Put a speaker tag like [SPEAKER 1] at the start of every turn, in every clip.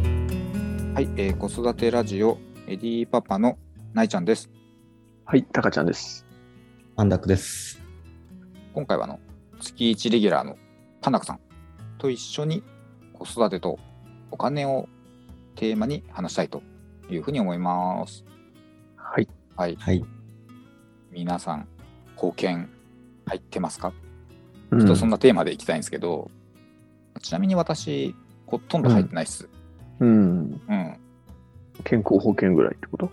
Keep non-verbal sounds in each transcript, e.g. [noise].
[SPEAKER 1] はい、えー子育てラジオエディパパのないちゃんです。
[SPEAKER 2] はい、タカちゃんです。
[SPEAKER 3] 安楽です。
[SPEAKER 1] 今回はあの月1レギュラーの田中さんと一緒に子育てとお金をテーマに話したいというふうに思います。
[SPEAKER 2] はい。
[SPEAKER 1] はい、
[SPEAKER 3] はい。
[SPEAKER 1] 皆さん保険入ってますか？
[SPEAKER 2] う
[SPEAKER 1] ちょっとそん
[SPEAKER 2] な。
[SPEAKER 1] なテーマでいきたいんですけど、ちなみに私ほとんど入ってないっす。
[SPEAKER 2] うん。
[SPEAKER 1] うん。
[SPEAKER 2] 健康保険ぐらいってこと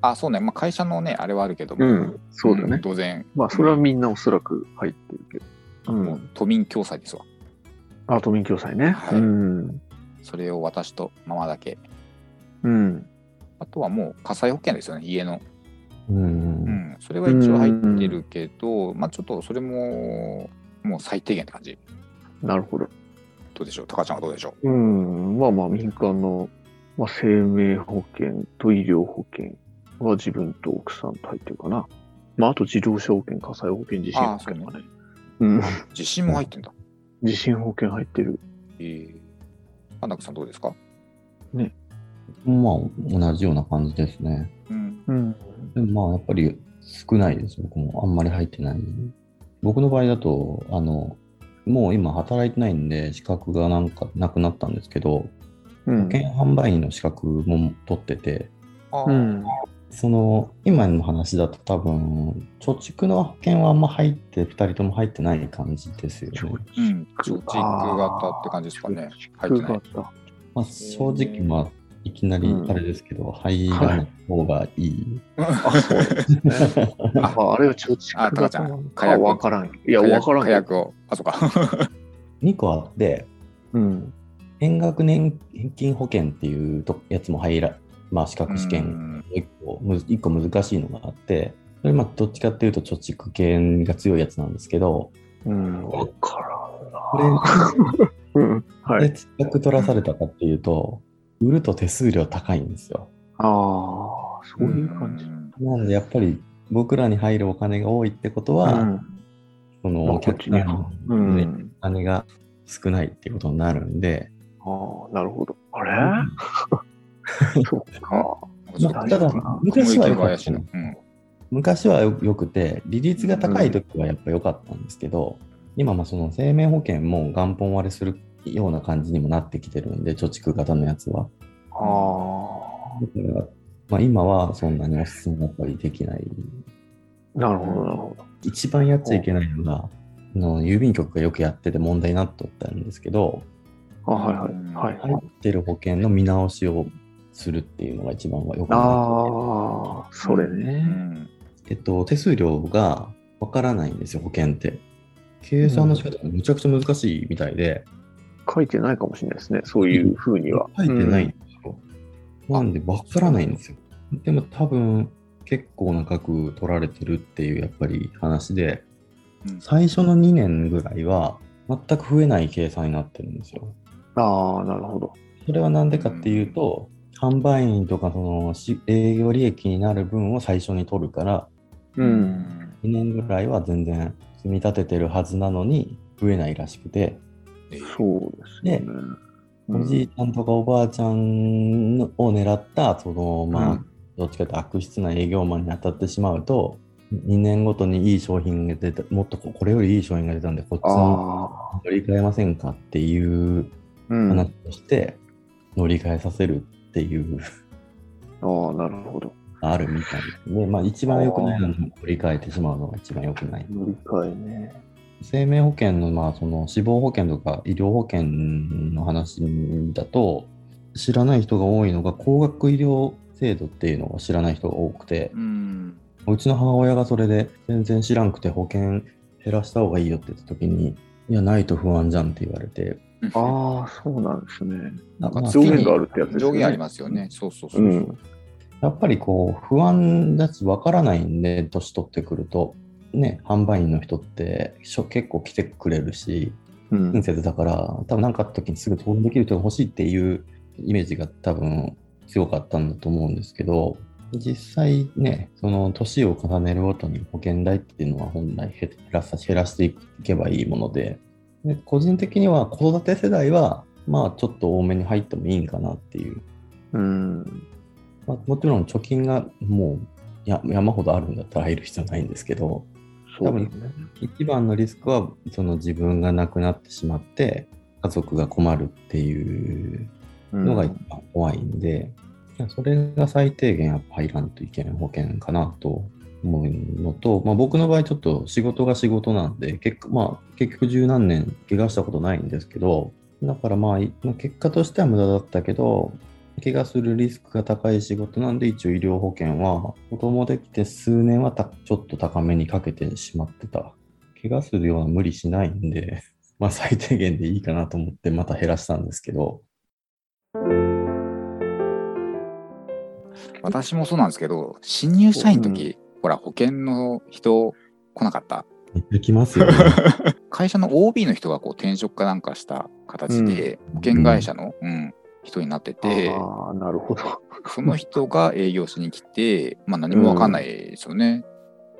[SPEAKER 1] あ、そうね。まあ会社のねあれはあるけども、
[SPEAKER 2] うん。そうだ
[SPEAKER 1] ん
[SPEAKER 2] ね。
[SPEAKER 1] 当然
[SPEAKER 2] まあ、それはみんなおそらく入ってるけど。う。
[SPEAKER 1] もうん都民共済ですわ。
[SPEAKER 2] あ、都民共済ね。
[SPEAKER 1] はい
[SPEAKER 2] うん。
[SPEAKER 1] それを私とママだけ。
[SPEAKER 2] うん。
[SPEAKER 1] あとはもう火災保険ですよね、家の。う
[SPEAKER 3] う。
[SPEAKER 1] んん、それは一応入ってるけど、まあちょっとそれも、もう最低限って感じ。
[SPEAKER 2] なるほど。
[SPEAKER 1] どうでしょう、タカちゃんはどうでしょ
[SPEAKER 2] うん。まあまあ、民間の、まあ、生命保険と医療保険は自分と奥さんと入ってるかな。まあ、あと自動車保険、火災保険、地震保険とかね。うん。
[SPEAKER 1] う。地震も入ってんだ。
[SPEAKER 2] 地震保険入ってる。
[SPEAKER 1] えー、安楽さんどうですか
[SPEAKER 3] まあ、同じような感じですね。
[SPEAKER 1] うん。
[SPEAKER 2] うん。
[SPEAKER 3] でもまあ、やっぱり少ないです。僕もあんまり入ってない。僕の場合だと、あの、もう今働いてないんで、資格がなんかなくなったんですけど、
[SPEAKER 2] うん
[SPEAKER 3] 保。険販売員の資格も取ってて、
[SPEAKER 1] あー
[SPEAKER 2] うん。
[SPEAKER 3] その、今の話だと多分、貯蓄の保険はあんま入って、2人とも入ってない感じですよね。
[SPEAKER 1] うん。貯蓄型って感じですかね。入ってない。
[SPEAKER 2] た。
[SPEAKER 3] まあ、正直、まあ、いきなりあれですけど、入らない方がいい。
[SPEAKER 2] あ、そうですね。
[SPEAKER 1] あ
[SPEAKER 2] ああれは貯蓄
[SPEAKER 1] あタカ
[SPEAKER 2] 型
[SPEAKER 1] ちゃん火
[SPEAKER 2] か
[SPEAKER 1] 薬
[SPEAKER 2] わからん。いや、
[SPEAKER 1] 火
[SPEAKER 2] わ
[SPEAKER 1] 薬
[SPEAKER 2] からん
[SPEAKER 1] 火
[SPEAKER 2] けど。
[SPEAKER 1] 薬を。あ、そうか。
[SPEAKER 3] 2個あって、
[SPEAKER 2] うん。
[SPEAKER 3] 遠隔年金保険っていうとやつも入ら、まあ、資格試験1個むず一個難しいのがあって、それまあどっちかっていうと貯蓄系が強いやつなんですけど、
[SPEAKER 2] うん、わか
[SPEAKER 3] これ、
[SPEAKER 2] らん。うん。は
[SPEAKER 3] こ
[SPEAKER 2] い。
[SPEAKER 3] れ資格取らされたかっていうと、売ると手数料高いんですよ。
[SPEAKER 2] ああ、そういう感じ。
[SPEAKER 1] じ。
[SPEAKER 3] なので、やっぱり僕らに入るお金が多いってこと
[SPEAKER 2] う
[SPEAKER 3] は、
[SPEAKER 2] ん。
[SPEAKER 3] そ
[SPEAKER 2] まあ
[SPEAKER 3] のお客さんの
[SPEAKER 2] う
[SPEAKER 3] ね
[SPEAKER 2] ん。
[SPEAKER 3] お金が少ないっていうことになるんで、
[SPEAKER 2] ああ、なるほど。あれそっか。
[SPEAKER 1] ちょっと
[SPEAKER 3] まあ
[SPEAKER 2] 大
[SPEAKER 3] た
[SPEAKER 2] 丈夫
[SPEAKER 3] だ
[SPEAKER 2] かな、
[SPEAKER 3] 昔は良か
[SPEAKER 1] 怪
[SPEAKER 3] っ
[SPEAKER 1] しい
[SPEAKER 3] た
[SPEAKER 1] な
[SPEAKER 3] の。昔はよよくて、利率が高い時はやっぱ良かったんですけど、今、まあその生命保険も元本割れするような感じにもなってきてるんで、貯蓄型のやつは。
[SPEAKER 2] ああ、
[SPEAKER 3] だから、まあ、今はそんなにおすすめやっぱりできない。
[SPEAKER 2] なるほど、なるほど。
[SPEAKER 3] 一番やっちゃいけないのが、あの郵便局がよくやってて問題になっとったんですけど、
[SPEAKER 2] あはいはい。はい
[SPEAKER 3] 入
[SPEAKER 2] はい。
[SPEAKER 3] ってる保険の見直しをするっていうのが一番はよく
[SPEAKER 2] あ
[SPEAKER 3] な
[SPEAKER 2] あ、それ
[SPEAKER 1] う
[SPEAKER 2] ね。
[SPEAKER 1] ん。
[SPEAKER 3] いえっと、手数料がわからないんですよ、保険って。計算の仕方がむちゃくちゃ難しいみたいで、
[SPEAKER 2] 書いてないかもしれないですね。そういうふうには。
[SPEAKER 3] 書いてないんですよ。なんで、わからないんですよ。でも多分、結構な額取られてるっていうやっぱり話で、
[SPEAKER 1] うん
[SPEAKER 3] 最初の2年ぐらいは全く増えない計算になってるんですよ。
[SPEAKER 2] ああ、なるほど。
[SPEAKER 3] それはなんでかっていうと、販売員とかそのし営業利益になる分を最初に取るから、
[SPEAKER 2] う。
[SPEAKER 1] うんん。
[SPEAKER 3] 2年ぐらいは全然積み立ててるはずなのに増えないらしくて、
[SPEAKER 1] えー
[SPEAKER 2] そうですよね。うん
[SPEAKER 3] おじいちゃんとかおばあちゃんのを狙ったそのまあ、
[SPEAKER 2] うん
[SPEAKER 3] どっちかというと悪質な営業マンに当たってしまうと2年ごとにいい商品が出たもっとここれよりいい商品が出たんでこっちの
[SPEAKER 2] ああ、
[SPEAKER 3] 乗り換えませんかっていう
[SPEAKER 2] うん。あ
[SPEAKER 3] 話をして乗り換えさせるっていう [laughs]
[SPEAKER 2] あ、なるほど。
[SPEAKER 3] あるみたいで、まあ、一番良くないのに乗り換えてしまうのが一番良くない。
[SPEAKER 2] 乗り換えね。
[SPEAKER 3] 生命保険の,、まあその死亡保険とか医療保険の話だと知らない人が多いのが高額医療制度っていうのを知らない人が多くて
[SPEAKER 1] うん。
[SPEAKER 3] うちの母親がそれで全然知らんくて保険減らした方がいいよって言った時にいやないと不安じゃんって言われて
[SPEAKER 2] ああ、そうなんですね。
[SPEAKER 3] なん
[SPEAKER 1] まあ
[SPEAKER 2] 上限があるってやつですね
[SPEAKER 1] 上限ありますよね。そうそうそうう。
[SPEAKER 2] ん。
[SPEAKER 3] やっぱりこう不安だし分からないんで年取ってくるとね販売員の人ってしょ結構来てくれるし
[SPEAKER 2] うん
[SPEAKER 3] 親。切だから、多分何かあった時にすぐ登録できる人が欲しいっていうイメージが多分強かったんだと思うんですけど、実際ね、その年を重ねるごとに保険代っていうのは本来減らさ減らしていけばいいもので、で個人的には子育て世代は、まあちょっと多めに入ってもいいんかなっていう
[SPEAKER 2] うん。
[SPEAKER 3] まあ、もちろん貯金がもうや山ほどあるんだったら入る必要ないんですけど、
[SPEAKER 2] そうだよね。
[SPEAKER 3] 一番のリスクはその自分が亡くなってしまって、家族が困るっていう
[SPEAKER 2] うん
[SPEAKER 3] のが一番怖いんで、いやそれが最低限やっぱ入らんといけない保険かなと思うのと、まあ、僕の場合ちょっと仕事が仕事なんで結構、まあ、結局十何年怪我したことないんですけどだからまあいまあ結果としては無駄だったけど怪我するリスクが高い仕事なんで一応医療保険は子供できて数年はたちょっと高めにかけてしまってた怪我するような無理しないんで、 [laughs] まあ、最低限でいいかなと思ってまた減らしたんですけど
[SPEAKER 1] 私もそうなんですけど、新入社員の時、ほら、保険の人来なかった。
[SPEAKER 3] めっちゃ来ますよ、ね。
[SPEAKER 1] 会社の OB の人がこう転職かなんかした形で、保険会社の、うん、人になってて、
[SPEAKER 2] ああ、なるほど。 [laughs]
[SPEAKER 1] その人が営業しに来て、まあ何もわかんないですよね。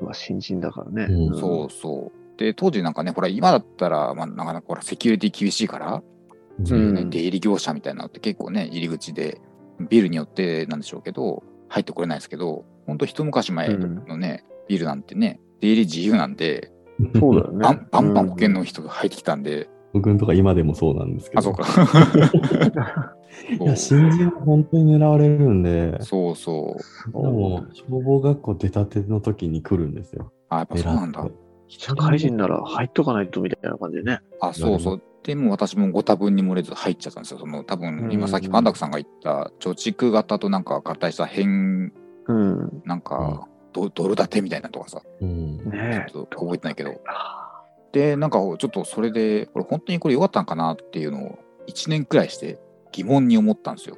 [SPEAKER 2] まあ、新人だからね。
[SPEAKER 3] うん
[SPEAKER 1] そうそう。で、当時なんかね、ほら、今だったら、まあ、なかなかほら、セキュリティ厳しいから、 [laughs] そういうね
[SPEAKER 2] うん
[SPEAKER 1] 出入り業者みたいなのって結構ね、入り口で、ビルによってなんでしょうけど、入ってこれないですけど、ほんと一昔前のね、ビルなんてね、出入り自由なんで、
[SPEAKER 2] そうだよね。
[SPEAKER 1] バンバンバン保険
[SPEAKER 2] う
[SPEAKER 1] の
[SPEAKER 2] ん。
[SPEAKER 1] 人が入ってきたんで、
[SPEAKER 3] [laughs] 僕のとか今でもそうなんですけど。
[SPEAKER 1] あ、
[SPEAKER 3] [laughs]
[SPEAKER 1] そうか。
[SPEAKER 3] いや、新人は本当に狙われるんで、
[SPEAKER 1] そうそう。
[SPEAKER 3] でも消防学校出たての時に来るんですよ。
[SPEAKER 1] あ、やっぱそうなんだ
[SPEAKER 3] 狙っ。て
[SPEAKER 2] 社会人なら入っとかないとみたいな感じでね。
[SPEAKER 1] あ、そうそう。でも私もご多分に漏れず入っちゃったんですよ。その多分今さっきパンダクさんが言った貯蓄型となんか合体した変、
[SPEAKER 2] うん。
[SPEAKER 1] なん
[SPEAKER 3] うん
[SPEAKER 1] かドドル建てみたいなとかさ、
[SPEAKER 3] うん。
[SPEAKER 2] ねえ
[SPEAKER 1] ちょっと覚えてないけど。
[SPEAKER 2] あ
[SPEAKER 1] で、なんかちょっとそれで、これ本当にこれ良かったんかなっていうのを1年くらいして疑問に思ったんですよ。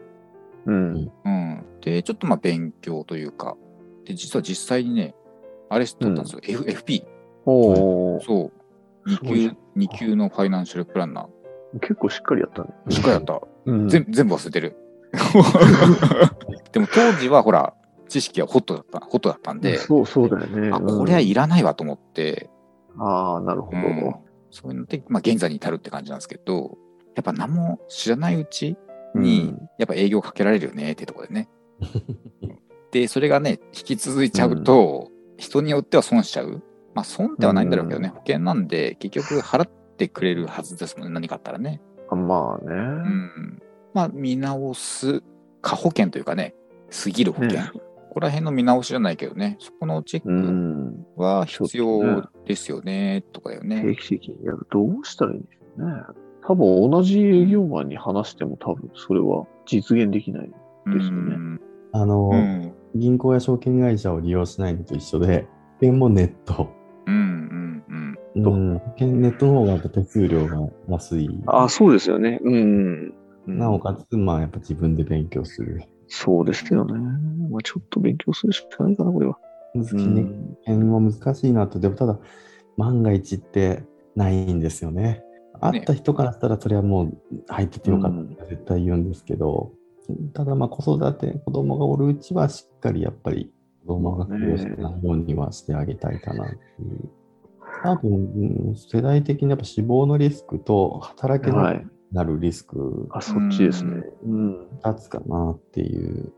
[SPEAKER 2] ーうん。
[SPEAKER 1] うん。で、ちょっとまあ勉強というか、で、実は実際にね、あれ取ったんですよ。F- FP。
[SPEAKER 2] おー
[SPEAKER 1] そう。
[SPEAKER 2] すごいじ
[SPEAKER 1] 2
[SPEAKER 2] ゃ
[SPEAKER 1] 級、二級のファイナンシャルプランナ
[SPEAKER 2] 結構しっかりやったね。
[SPEAKER 1] ー。しっかりやった。
[SPEAKER 2] うん
[SPEAKER 1] 全全部忘れて
[SPEAKER 2] [laughs]
[SPEAKER 1] る。でも当時はほら、知識はホットだった、ホットだったんで、
[SPEAKER 2] そう、そうだよね。
[SPEAKER 1] あ、
[SPEAKER 2] うん
[SPEAKER 1] これはいらないわと思って、
[SPEAKER 2] ああ、なるほ
[SPEAKER 1] う
[SPEAKER 2] ど。
[SPEAKER 1] んそういうので、まあ現在に至るって感じなんですけど、やっぱ何も知らないうちに、
[SPEAKER 2] うん
[SPEAKER 1] やっぱ営業かけられるよねってとこでね。で、それがね、引き続いちゃうと、人によっては損しちゃう。まあ損ではないんだろうけどね、
[SPEAKER 2] うん
[SPEAKER 1] 保険なんで、結局払ってくれるはずですもんね、何かあったらね。
[SPEAKER 2] あまあ
[SPEAKER 1] う
[SPEAKER 2] ね。
[SPEAKER 1] んまあ、見直す、過保険というかね、過ぎる保険。
[SPEAKER 2] ね
[SPEAKER 1] ここら辺の見直しじゃないけどね、そこのチェ
[SPEAKER 2] う
[SPEAKER 1] ック
[SPEAKER 2] ん。
[SPEAKER 1] は必要ですよね、とかだよ
[SPEAKER 2] 定
[SPEAKER 1] ね。
[SPEAKER 2] 期的にやる。どうしたらいいんでしょうね。多分同じ営業マンに話しても多分それは実現できない。
[SPEAKER 1] うん
[SPEAKER 2] ですよね
[SPEAKER 3] あの、
[SPEAKER 1] うん。
[SPEAKER 3] 銀行や証券会社を利用しないのと一緒で、保険もネット。
[SPEAKER 1] うんうんうん。
[SPEAKER 3] うん、保険ネットの方がやっぱ手数料が安い。
[SPEAKER 2] あそうですよね。うん。
[SPEAKER 3] なおかつ、まあやっぱ自分で勉強する。
[SPEAKER 2] そうですよね。まあ、ちょっと勉強するしかないかな、これは。
[SPEAKER 3] 難しいね。保険も難しいなと。でもただ、万が一ってないんですよね。会った人からしたら、それはもう入っててよかったって絶対言うんですけど、ただまあ子育て、子供がおるうちはしっかりやっぱり子供が苦労しないようにはしてあげたいかなっていう。多分、うん世代的にやっぱ死亡のリスクと働け
[SPEAKER 2] は
[SPEAKER 3] なく
[SPEAKER 2] い。
[SPEAKER 3] なるリスク
[SPEAKER 2] あ、そっちですね。うん。
[SPEAKER 3] 2つかなっていう。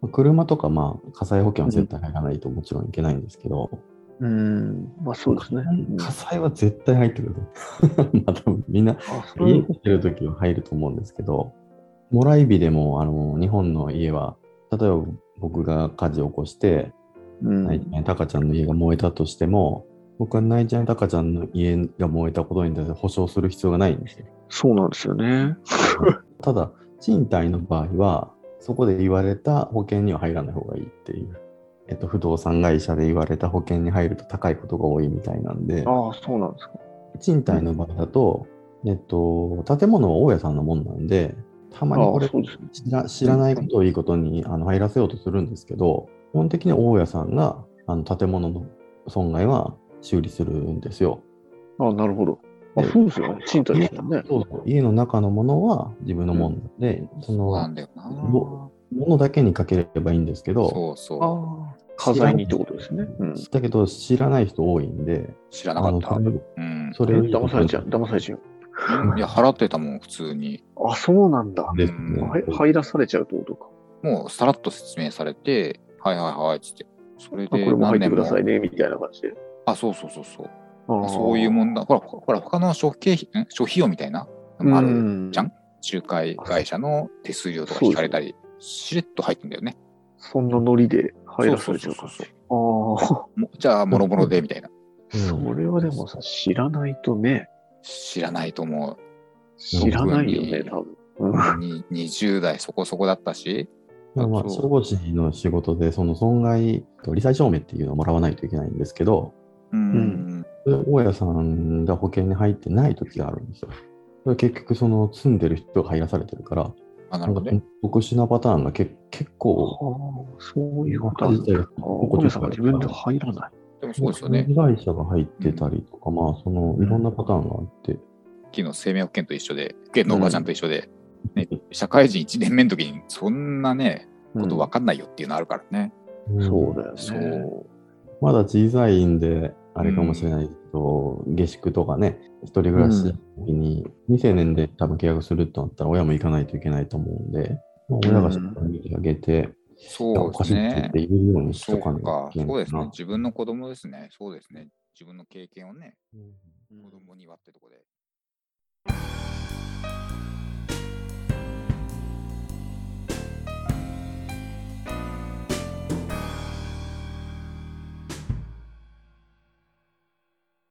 [SPEAKER 3] まあ車とかまあ火災保険は絶対入らないともちろんいけないんですけど、
[SPEAKER 2] うん。まあ、そうですね。うん
[SPEAKER 3] 火災は絶対入ってくる。 [laughs] まあ多分みんな、
[SPEAKER 2] あ、そ
[SPEAKER 3] 家
[SPEAKER 2] れ
[SPEAKER 3] に来てる時は入ると思うんですけど、もらい火でもあの日本の家は、例えば僕が火事を起こして、
[SPEAKER 2] うん。
[SPEAKER 3] ナイちゃんやタカちゃんの家が燃えたとしても、僕はナイちゃんやタカちゃんの家が燃えたことに対して保証する必要がないんですよ。
[SPEAKER 2] そうなんですよね。
[SPEAKER 3] ただ、賃貸の場合は、そこで言われた保険には入らない方がいいっていう。えっと、不動産会社で言われた保険に入ると高いことが多いみたいなんで、
[SPEAKER 2] ああ、そうなんですか。
[SPEAKER 3] 賃貸の場合だと、えっと、建物は大家さんのもんなんで、たまにこ
[SPEAKER 2] あ
[SPEAKER 3] れ
[SPEAKER 2] そうですね
[SPEAKER 3] 知ら知らないことをいいことにあの入らせようとするんですけど、基本的に大家さんがあの建物の損害は修理するんですよ。
[SPEAKER 2] あなるほど。あ、
[SPEAKER 3] で
[SPEAKER 2] そうですよね。賃貸ですもんね。
[SPEAKER 3] そうそう家の中のものは自分のもんで、その
[SPEAKER 1] そうな
[SPEAKER 3] も
[SPEAKER 1] んだよな。
[SPEAKER 3] ぼのだけにかければいいんですけど、
[SPEAKER 1] そうそ
[SPEAKER 2] ああ、家財にってことですね。うん。
[SPEAKER 3] だけど知らない人多いんで、
[SPEAKER 1] う。知らなかった。
[SPEAKER 3] あ
[SPEAKER 1] う
[SPEAKER 3] の
[SPEAKER 1] ん。
[SPEAKER 3] それ
[SPEAKER 2] 騙されちゃう、騙されちゃう。
[SPEAKER 1] いや、払ってたもん、普通に。
[SPEAKER 2] あ、そうなんだ。
[SPEAKER 3] ですね
[SPEAKER 2] は入らされちゃうってことか。
[SPEAKER 1] もうさらっと説明されて、はいはいはいっつって、それ
[SPEAKER 2] あこ
[SPEAKER 1] で
[SPEAKER 2] れも入
[SPEAKER 1] 何年
[SPEAKER 2] ってく
[SPEAKER 1] も、
[SPEAKER 2] ださいね、みたいな感じで。
[SPEAKER 1] あ、そうそうそうそう、
[SPEAKER 2] あー
[SPEAKER 1] そういう問題、ほら、ほほら、他の諸経費、ん諸費用みたいなのもある、
[SPEAKER 2] うん
[SPEAKER 1] じゃん仲介会社の手数料とか引かれたり、しれっと入ってんだよね。
[SPEAKER 2] そんなノリで入らされちゃう
[SPEAKER 1] そ
[SPEAKER 2] か
[SPEAKER 1] う
[SPEAKER 2] ら
[SPEAKER 1] そうそう
[SPEAKER 2] ああ、
[SPEAKER 1] もじゃあ、もろもろでみたいな。
[SPEAKER 2] それはでもさ、知らないとね、
[SPEAKER 1] 知らないと思う。
[SPEAKER 2] 知らないよね、多分。うん
[SPEAKER 1] に20代そこそこだったし、
[SPEAKER 3] まあまあ、
[SPEAKER 1] そう
[SPEAKER 3] 消防士の仕事で、その損害と理財証明っていうのをもらわないといけないんですけど、
[SPEAKER 1] うん
[SPEAKER 2] ん
[SPEAKER 3] それ大家さんが保険に入ってない時があるんですよ。それ結局、その住んでる人が入らされてるから、
[SPEAKER 1] あな
[SPEAKER 3] な
[SPEAKER 1] る
[SPEAKER 3] ん
[SPEAKER 1] ほ
[SPEAKER 3] か
[SPEAKER 1] どね。
[SPEAKER 3] 特殊なパターンがけ結構、
[SPEAKER 2] ああ、そういうことあるんだ
[SPEAKER 3] うん
[SPEAKER 2] あーお米さんが自分で入らない。
[SPEAKER 1] でもそうですよね。
[SPEAKER 3] 被害者が入ってたりとか、まあ、そのいろんなパターンがあって、
[SPEAKER 1] さっきの生命保険と一緒で、保険のおばちゃんと一緒で、ね、社会人1年目の時に、そんなね、こと分かんないよっていうのあるからね。
[SPEAKER 3] うん
[SPEAKER 2] そうだよね。
[SPEAKER 1] そう。
[SPEAKER 3] まだ小さいんで、あれかもしれないけど、下宿とかね、一人暮らしの時に、未成年で多分契約するってなったら、親も行かないといけないと思うんで、まあ、親がしっかり見てあげて、いや
[SPEAKER 1] そう
[SPEAKER 3] お
[SPEAKER 1] で
[SPEAKER 3] か
[SPEAKER 1] す
[SPEAKER 3] しいって言
[SPEAKER 1] ね
[SPEAKER 3] って。言えるようにし
[SPEAKER 1] そ
[SPEAKER 3] と
[SPEAKER 1] う
[SPEAKER 3] か
[SPEAKER 1] か
[SPEAKER 3] ないとい、けない
[SPEAKER 1] そうです
[SPEAKER 3] か
[SPEAKER 1] ね。
[SPEAKER 3] な
[SPEAKER 1] 自分の子供ですね。そうですね。自分の経験をね、
[SPEAKER 3] うん
[SPEAKER 1] 子供にはってとこで。